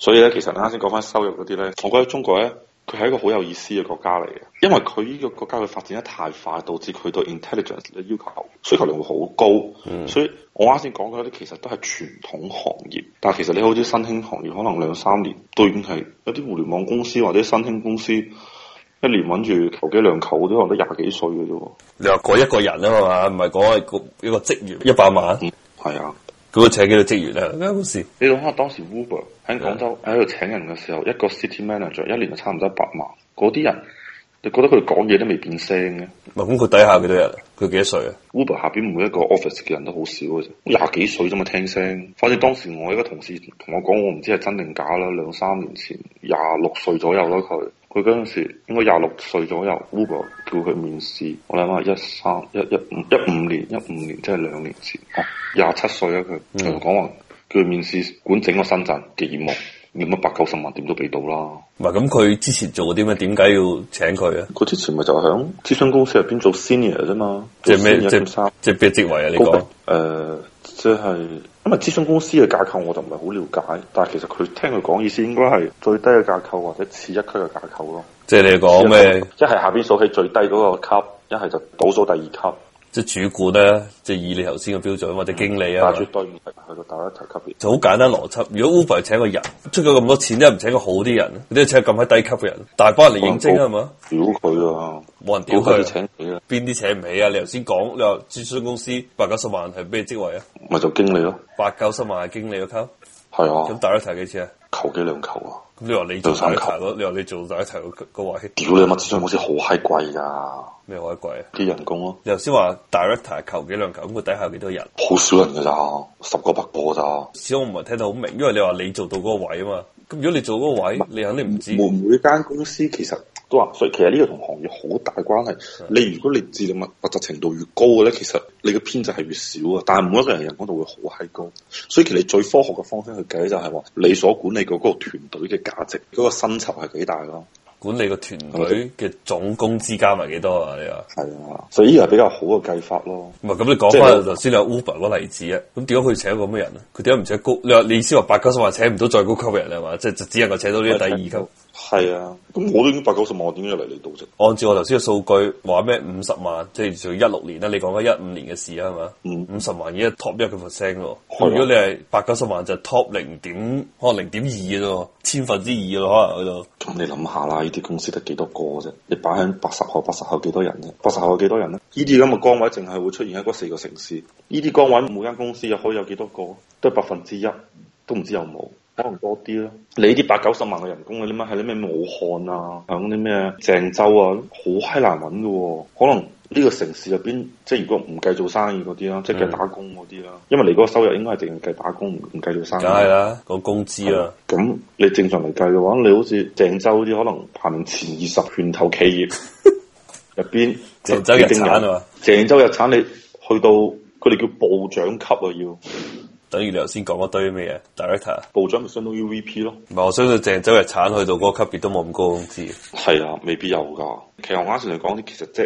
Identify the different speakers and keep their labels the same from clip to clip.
Speaker 1: 所以咧，其實你啱先講翻收入嗰啲咧，我覺得中國咧，佢係一個好有意思嘅國家嚟嘅，因為佢呢個國家佢發展得太快，導致佢對 intelligence 嘅要求需求量會好高，所以我啱先講嗰啲其實都係傳統行業，但係其實你好似新興行業，可能兩三年都已經係一啲互聯網公司或者新興公司。一年揾住求幾兩球都可能得廿幾歲嘅啫喎，
Speaker 2: 你話嗰一個人啊嘛，唔係講係個一個職員一百萬，
Speaker 1: 嗯，係啊，
Speaker 2: 咁佢請幾個職員啊？啱事
Speaker 1: 你諗下當時 Uber 喺廣州喺度請人嘅時候，一個 city manager 一年就差唔多一百萬，嗰啲人你覺得佢哋講嘢都未變聲嘅
Speaker 2: 唔係咁佢底下幾多人？佢幾多歲啊？
Speaker 1: ？Uber 下邊每一個 office 嘅人都好少嘅啫，廿幾歲啫嘛聽聲。反正當時我一個同事同我講，我唔知係真定假啦，兩三年前廿六歲左右啦佢。佢嗰陣時應該廿六歲左右，Uber 叫佢面試，我諗下一三一一五一五年一五年，即係兩年前，哦廿七歲啊佢，佢講話叫佢面試管整個深圳嘅業務，要乜百九十萬點都俾到啦。
Speaker 2: 唔係咁佢之前做過啲咩？點解要請佢啊？
Speaker 1: 佢之前咪就係響諮詢公司入邊做 senior 啫嘛，
Speaker 2: 即係咩？
Speaker 1: 做
Speaker 2: 即
Speaker 1: senior 咁
Speaker 2: 係
Speaker 1: 三
Speaker 2: 即係咩職位啊？你
Speaker 1: 高
Speaker 2: 講
Speaker 1: 誒、呃即係因為諮詢公司嘅架構我就唔係好了解，但係其實佢聽佢講意思應該係最低嘅架構或者次一級嘅架構咯。
Speaker 2: 即係你講哦咩？
Speaker 1: 一係下邊數起最低嗰個級，一係就倒數第二級，
Speaker 2: 即係主管咧，即係以你頭先嘅標準或者經理啊
Speaker 1: 但係
Speaker 2: 嘛，
Speaker 1: 絕對唔係去到第一級級別。
Speaker 2: 就好簡單邏輯。如果 Uber 請個人出咗咁多錢，點解唔請個好啲人？啊你都請咁閪低級嘅人，大班人嚟應徵係嘛？
Speaker 1: 屌佢啊！
Speaker 2: 冇人
Speaker 1: 屌
Speaker 2: 屌
Speaker 1: 佢
Speaker 2: 佢
Speaker 1: 就
Speaker 2: 啊，
Speaker 1: 請你啦，
Speaker 2: 邊啲請唔起啊？你頭先講你話諮詢公司八九十萬係咩職位啊？
Speaker 1: 咪就經理咯，
Speaker 2: 八九十萬係經理嘅級，
Speaker 1: 係啊
Speaker 2: 咁，director 幾錢啊？
Speaker 1: 求幾兩球啊！
Speaker 2: 咁你話你做
Speaker 1: 做三級
Speaker 2: director 嗰，你話你做 director 嗰個位
Speaker 1: 屌你乜諮詢公司好閪貴㗎，
Speaker 2: 咩位貴啊？
Speaker 1: 啲人工咯、
Speaker 2: 你頭先話 director 求幾兩球，咁佢底下有幾多人？
Speaker 1: 好少人㗎咋，十個八個咋。
Speaker 2: 始終我唔係聽得好明，因為你話你做到嗰個位啊嘛。咁如果你做嗰個位，你肯定唔止。
Speaker 1: 每每間公司其實都話，所以其實呢個同行業好大關係。你如果你自力密密集程度越高嘅咧，其實你嘅編制係越少啊。但係每一個人人工就會好閪高，所以其實你最科學嘅方式去計就係話，你所管理嘅嗰個團隊嘅價值，嗰、個薪酬係幾大咯。
Speaker 2: 管理個團隊嘅總工資加埋幾多啊？你話
Speaker 1: 係啊，所以呢個係比較好嘅計法咯。
Speaker 2: 唔係咁？你講
Speaker 1: 即係
Speaker 2: 翻
Speaker 1: 你
Speaker 2: 頭先你話 Uber 嗰個例子啊，咁點解佢請一個咩人啊？佢點解唔請高？你話你意思話八九十萬請唔到再高級嘅人啊係嘛？即係就只能夠請到呢個第二級。
Speaker 1: 係啊，咁我都已經八九十萬，我點解嚟你度啫？
Speaker 2: 按照我頭先嘅數據話咩五十萬，即係仲要一六年啦，你講緊一五年嘅事啊，係嘛？
Speaker 1: 嗯
Speaker 2: 五十萬已經係 top 一個 percent 咯。
Speaker 1: 係啊
Speaker 2: 如果你係八九十萬就 top 零點，可能零點二嘅啫，千分之二咯，可能去到。
Speaker 1: 咁你諗下啦，呢啲公司得幾多個啫？你擺喺八十後，八十後幾多人啫？八十後有幾多人呢？呢啲咁嘅崗位，淨係會出現喺嗰四個城市。呢啲崗位每間公司又可以有幾多個？都係百分之一，都唔知有冇，可能多啲啦。你呢啲八九十萬嘅人工，你乜喺啲咩武漢啊，響啲咩鄭州啊，好閪難揾嘅喎。可能呢個城市入邊，即係如果唔計做生意嗰啲啦，即
Speaker 2: 嗯
Speaker 1: 係計打工嗰啲啦，因為你嗰個收入應該係淨係計打工，唔唔計做生意。
Speaker 2: 梗係啦，講工資啊啦。
Speaker 1: 咁你正常嚟計嘅話，你好似鄭州啲可能排名前二十拳頭企業入邊，
Speaker 2: 鄭州日產啊嘛，
Speaker 1: 鄭州日產你去到佢哋叫部長級啊，要
Speaker 2: 等於你頭先講嗰堆咩嘢 director，
Speaker 1: 部長咪相當於 VP 咯。
Speaker 2: 唔係我相信鄭州日產去到嗰個級別都冇咁高工資。
Speaker 1: 係啊，未必有㗎。其實我啱先嚟講，其實即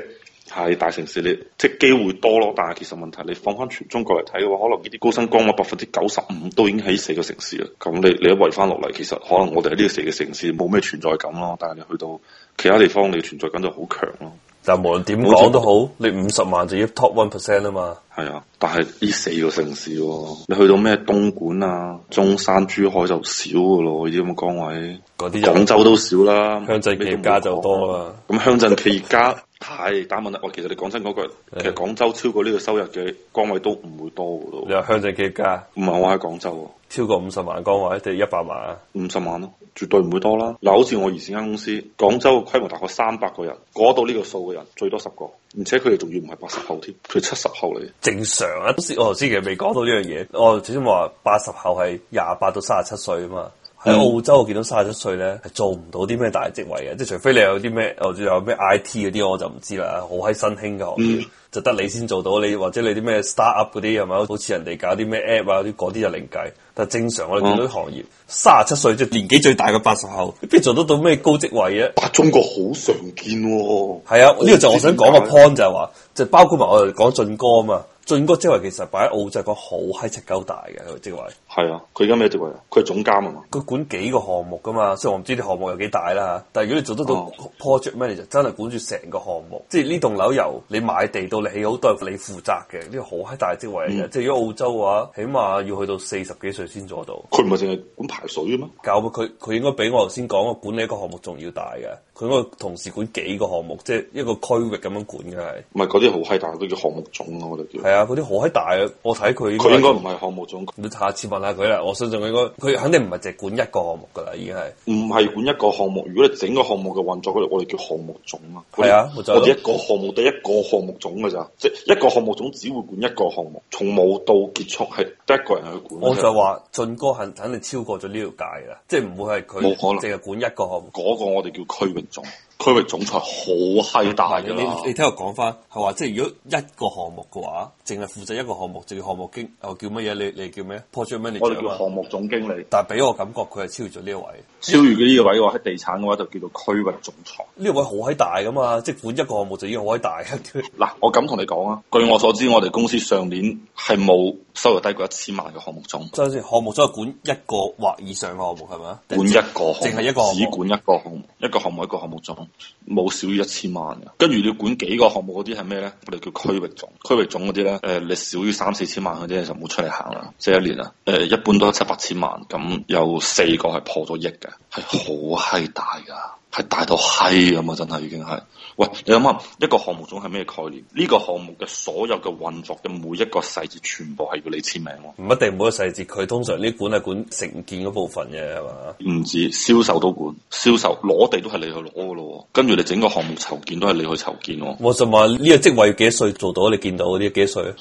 Speaker 1: 係大城市你即係機會多咯，但係其實問題你放翻全中國嚟睇嘅話，可能呢啲高薪崗位百分之九十五都已經喺四個城市啦。咁你你一圍翻落嚟，其實可能我哋喺呢個四個城市冇咩存在感咯。但係你去到其他地方，你嘅存在感就好強咯。
Speaker 2: 但無論點講都好，你五十萬就要 top one percent 啊 嘛。
Speaker 1: 係啊，但係呢四個城市喎、你去到咩東莞啊、中山、珠海就少噶咯，呢啲咁嘅崗位。
Speaker 2: 嗰啲
Speaker 1: 廣
Speaker 2: 就
Speaker 1: 州都少啦，
Speaker 2: 鄉鎮企業家就多啊啦。
Speaker 1: 咁鄉鎮企業家係打問啊啦，喂，其實你講真嗰句，其實廣州超過呢個收入嘅崗位都唔會多噶咯。
Speaker 2: 你話鄉鎮企業家
Speaker 1: 唔係我喺廣州啊。
Speaker 2: 超過五十萬崗位定一百萬啊？
Speaker 1: 五十萬咯，絕對唔會多啦。嗱，好似我以前間公司，廣州嘅規模大概三百個人，過到呢個數嘅人最多十個，而且佢哋仲要唔係八十後添，佢七十後嚟嘅。
Speaker 2: 正常啊！當時我頭先其實未講到呢樣嘢，我頭先話八十後係廿八到三十七歲啊嘛。喺
Speaker 1: 嗯
Speaker 2: 澳洲我見到三十七歲咧係做唔到啲咩大職位嘅，即係除非你有啲咩，我仲有咩 I T 嗰啲我就唔知啦，好閪新興嘅行業，就得你先做到你，或者你啲咩 start up 嗰啲係咪？好似人哋搞啲咩 app 啊嗰啲嗰啲就另計，但係正常我哋見到啲行業三十七歲即係年紀最大嘅八十後，邊做得到咩高職位啊？
Speaker 1: 但中國好常見喎、
Speaker 2: 係啊，呢個就我想講個 point 就係話，就包括埋我哋講進哥啊嘛。進嗰職位其實擺喺澳洲嚟講好閪尺鳩大嘅佢個職位，
Speaker 1: 係啊，佢而家咩職位啊？佢係總監啊嘛。
Speaker 2: 佢管幾個項目噶嘛，雖然我唔知啲項目有幾大啦嚇，但係如果你做得到
Speaker 1: 哦
Speaker 2: project manager，真係管住成個項目，即係呢棟樓由你買地到你起好都係你負責嘅，呢個好閪大職位嚟嘅。
Speaker 1: 嗯
Speaker 2: 即係如果澳洲嘅話，起碼要去到四十幾歲先做到。
Speaker 1: 佢唔係淨係管排水嘅咩？
Speaker 2: 教佢佢應該比我頭先講嘅管理一個項目仲要大嘅，佢應該同時管幾個項目，即係一個區域咁樣管嘅係。
Speaker 1: 唔係嗰啲好閪大，嗰啲叫項目總咯，我哋叫。
Speaker 2: 係啊，嗰啲好閪大啊！我睇佢
Speaker 1: 佢應該唔係項目總，
Speaker 2: 你下次問下佢啦，我相信佢應該佢肯定唔係淨係管一個項目噶啦，已經係
Speaker 1: 唔係管一個項目。如果你整個項目嘅運作，嗰度我哋叫項目總啊。
Speaker 2: 係啊
Speaker 1: 我
Speaker 2: 冇錯
Speaker 1: 哋我哋一個項目得一個項目總㗎咋，即係一個項目總只會管一個項目，從冇到結束係得一個人去管嘅啫。
Speaker 2: 我就話進哥肯肯定超過咗呢條界啦，即係唔會係佢
Speaker 1: 冇可能
Speaker 2: 淨係管一個項目。
Speaker 1: 嗰個我哋叫區域總，區域總裁好閪大
Speaker 2: 你
Speaker 1: 㗎啦。
Speaker 2: 你聽我講翻，係話即係如果一個項目嘅話，淨係負責一個項目，淨係項目經哦叫乜嘢？你你叫咩？project
Speaker 1: 我哋
Speaker 2: manager
Speaker 1: 叫
Speaker 2: 啊嘛
Speaker 1: 項目總經理。
Speaker 2: 但係俾我感覺佢係超越咗呢個位。
Speaker 1: 超越呢個位嘅話，喺地產嘅話就叫做區域總裁。
Speaker 2: 呢個位好閪大噶嘛，即係管一個項目就已經好閪大 嘅。
Speaker 1: 嗱，我咁同你講啊，據我所知，我哋公司上年係冇收入低過一千萬嘅項目總，
Speaker 2: 即係項目都係管一個或以上嘅項目係咪啊？
Speaker 1: 管一個項目，
Speaker 2: 淨係一個項目
Speaker 1: 只管一個項目，一個項目一個項目總，冇少於一千萬嘅。跟住你管幾個項目嗰啲係咩咧？我哋叫區域總，區域總嗰啲咧，誒、你少於三四千萬嗰啲你就冇出嚟行啦，即係一年啊，誒、一般都係七八千萬，咁有四個係破咗億嘅，係好閪大㗎。係大到閪咁啊！真係已經係，喂，你諗下一個項目總係咩概念？呢、個項目嘅所有嘅運作嘅每一個細節，全部係要你簽名喎。
Speaker 2: 唔一定每個細節，佢通常呢管係管承建嗰部分嘅係嘛？
Speaker 1: 唔止銷售都管，銷售攞地都係你去攞嘅咯喎，跟住你整個項目籌建都係你去籌建喎，
Speaker 2: 我就話呢個職位要幾多歲做到？你見到嗰啲幾多歲？啊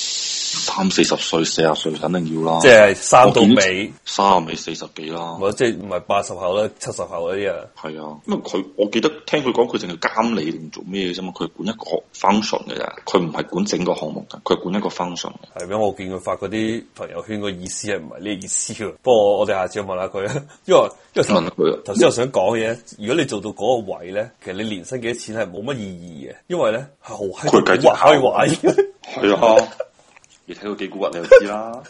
Speaker 1: 三四十歲、四十歲肯定要啦，
Speaker 2: 即係三到尾，
Speaker 1: 三十尾四十幾啦，
Speaker 2: 或者即係唔係八十後啦、七十後嗰啲啊？
Speaker 1: 係啊，因為佢我記得聽佢講，佢淨係監理定做咩嘅啫嘛，佢管一個 function 嘅啫，佢唔係管整個項目嘅，佢係管一個 function 嘅。
Speaker 2: 係咩？我見佢發嗰啲朋友圈個意思係唔係呢個意思喎？ 不過我哋下次問下佢啊， 因為因為
Speaker 1: 問下佢啊
Speaker 2: 頭先我想講嘢，如果你做到嗰個位咧，其實你年薪幾多錢係冇乜意義嘅，因為咧係好閪
Speaker 1: 佢計住
Speaker 2: 好閪玩。
Speaker 1: 係啊，你睇到幾古惑你就知 啦。啊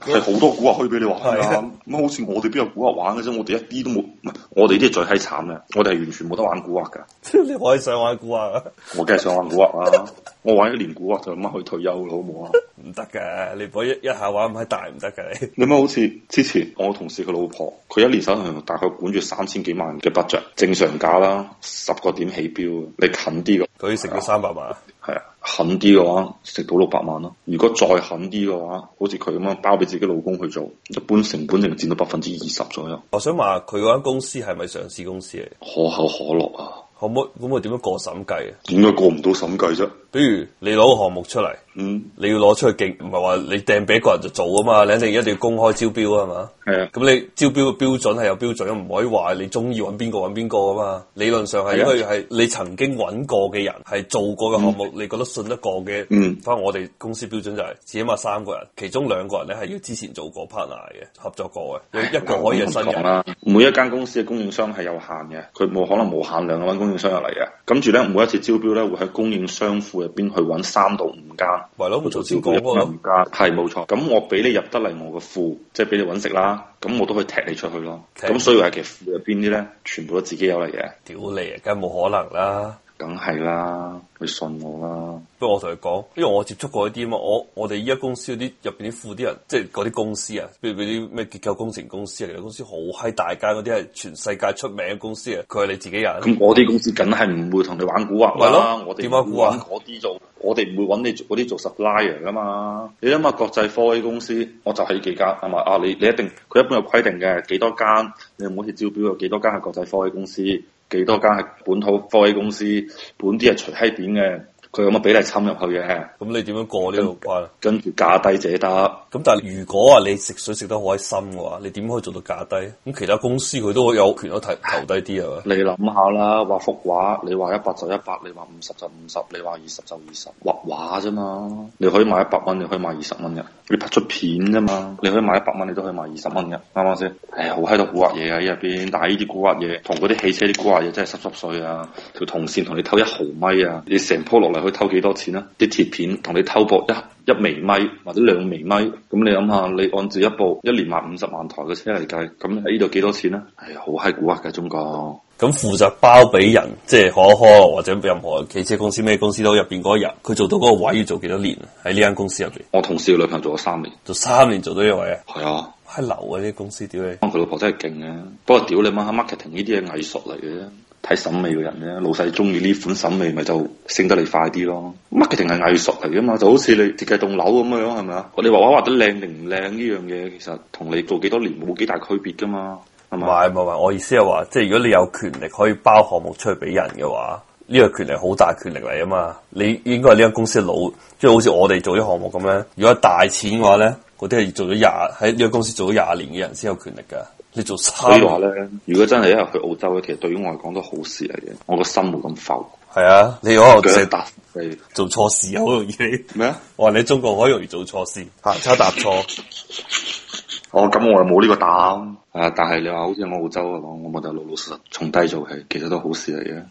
Speaker 1: 係好多古惑可以俾你玩㗎
Speaker 2: 係
Speaker 1: 啦，咁好似我哋邊有古惑玩嘅啫，我哋一啲都冇，唔係我哋啲係最閪慘嘅，我哋係完全冇得玩古惑㗎。
Speaker 2: 你可以上玩估下㗎，
Speaker 1: 我梗係想玩古惑啦，啊 我玩一年古惑就咁去退休啦，好唔好啊？
Speaker 2: 唔得嘅，你唔可以一一下玩唔係大唔得嘅你。
Speaker 1: 你咪好似之前我同事佢老婆，佢一年手頭大概管住三千幾萬嘅 budget，正常價啦，十個點起標嘅，你近啲嘅
Speaker 2: 佢食咗三百萬，
Speaker 1: 係啊，狠啲嘅話食到六百萬咯。如果再狠啲嘅話，好似佢咁樣包俾自己老公去做，一般成本淨係佔到百分之二十左右，
Speaker 2: 我想問下佢嗰間公司係咪上市公司嚟？
Speaker 1: 可口可樂啊，
Speaker 2: 可唔可可唔可以點樣過審計啊？
Speaker 1: 點解過唔到審計啫？
Speaker 2: 比如你攞個項目出嚟，
Speaker 1: 嗯，
Speaker 2: 你要攞出去競，唔係話你掟俾一個人就做啊嘛，你一定一定要公開招標啊嘛。
Speaker 1: 係啊。
Speaker 2: 咁你招標嘅標準係有標準，唔可以話你中意揾邊個揾邊個啊嘛。理論上係
Speaker 1: 係啊
Speaker 2: 應該係你曾經揾過嘅人，係做過嘅項目，你覺得信得過嘅。
Speaker 1: 嗯
Speaker 2: 翻我哋公司標準就係、起碼三個人，其中兩個人咧係要之前做過 partner 嘅合作過嘅，一個可以係新人。
Speaker 1: 啦。啊每一間公司嘅供應商係有限嘅，佢冇可能無限量咁揾供應商入嚟嘅。跟住咧，每一次招標咧，會喺供應商庫入邊去揾三到五間。
Speaker 2: 咪咯，我頭先
Speaker 1: 招
Speaker 2: 講
Speaker 1: 標
Speaker 2: 過
Speaker 1: 入
Speaker 2: 咯
Speaker 1: 邊。五間係冇錯。咁我俾你入得嚟我嘅庫，即係俾你揾食啦。咁我都可以踢你出去咯。
Speaker 2: 踢
Speaker 1: 咁所以話其實庫入邊啲咧，全部都自己有嚟嘅，
Speaker 2: 屌你啊，梗係冇可能啦！
Speaker 1: 梗係啦。你信我啦。
Speaker 2: 不過我同佢講，因為我接觸過一啲啊嘛，我我哋依家公司嗰啲入邊啲富啲人，即係嗰啲公司啊，譬如嗰啲咩結構工程公司啊，其實公司好閪大間嗰啲係全世界出名嘅公司啊，佢係你自己人。
Speaker 1: 咁我啲公司梗係唔會同你玩蠱惑
Speaker 2: 咪咯
Speaker 1: 啦，我哋
Speaker 2: 點玩啊
Speaker 1: 唔
Speaker 2: 蠱
Speaker 1: 會
Speaker 2: 惑
Speaker 1: 揾嗰啲做，我哋唔會揾你做嗰啲做 supplier 噶嘛。你諗下國際科 A 公司，我就係幾間係嘛啊？你你一定佢一般有規定嘅，幾多間你每次招標有幾多間係國際科 A 公司，幾多間係本土科 A 公司，本啲係除閪扁嘅，佢有乜比例侵入去嘅，
Speaker 2: 咁你點樣過呢個關啊？
Speaker 1: 跟住價低者得。
Speaker 2: 咁但係如果啊話你食水食得好開心嘅話，你點可以做到價低？咁其他公司佢都有權都提投低啲啊係
Speaker 1: 你
Speaker 2: 嘛？
Speaker 1: 諗下啦，畫幅畫，你話一百就一百，你話五十就五十，你話二十就二十，畫畫啫嘛。你可以賣一百蚊，你可以賣二十蚊嘅，你拍出片啫嘛。你可以賣一百蚊，你都可以賣二十蚊嘅，啱唔啱先？唉，好閪多古惑嘢啊！呢入邊，但係呢啲古惑嘢同嗰啲汽車啲古惑嘢真係濕濕碎啊！條銅線同你偷一毫米啊！你成鋪落嚟為可以偷幾多錢啊？啲鐵片同你偷薄一一微米或者兩微米，咁你諗下，你按照一部一年賣五十萬台嘅車嚟計，咁喺呢度幾多錢啊？係好閪蠱惑嘅中國。
Speaker 2: 咁負責包俾人，即係可口可樂或者任何汽車公司咩公司都入邊嗰個人，佢做到嗰個位要做幾多年啊？喺呢間公司入邊
Speaker 1: 我同事嘅女朋友做咗三年，
Speaker 2: 做三年做到呢個位啊，
Speaker 1: 係啊。
Speaker 2: 閪流啊！呢啲公司屌你！
Speaker 1: 佢老婆真係勁嘅，不過屌你媽，marketing 呢啲嘢藝術嚟嘅啫，睇審美嘅人啫，老細中意呢款審美咪就升得你快啲咯。marketing 係藝術嚟嘅嘛，就好似你設計棟樓咁樣係咪啊？我哋畫畫畫得靚定唔靚呢樣嘢，其實同你做幾多年冇幾大區別噶嘛，係
Speaker 2: 唔
Speaker 1: 咪？啊
Speaker 2: 係唔係唔係，我意思係話，即係如果你有權力可以包項目出去俾人嘅話，呢、個權力好大權力嚟啊嘛！你應該係呢間公司嘅老，即係好似我哋做啲項目咁樣，如果係大錢嘅話咧，嗰啲係做咗廿喺呢個公司做咗廿年嘅人先有權力㗎。你做
Speaker 1: 所
Speaker 2: 三
Speaker 1: 以話
Speaker 2: 年，
Speaker 1: 咧，如果真係一日去澳洲咧，其實對於我嚟講都好事嚟嘅，我個心冇咁浮，
Speaker 2: 係啊，你可能
Speaker 1: 腳
Speaker 2: 淨係
Speaker 1: 踏實地
Speaker 2: 做錯事好容易你。
Speaker 1: 咩啊？
Speaker 2: 我話你中國好容易做錯事，行差踏錯。
Speaker 1: 哦，咁我又冇呢個膽啊！但係你話好似我澳洲啊，我咪就老老實實從低做起，其實都好事嚟嘅。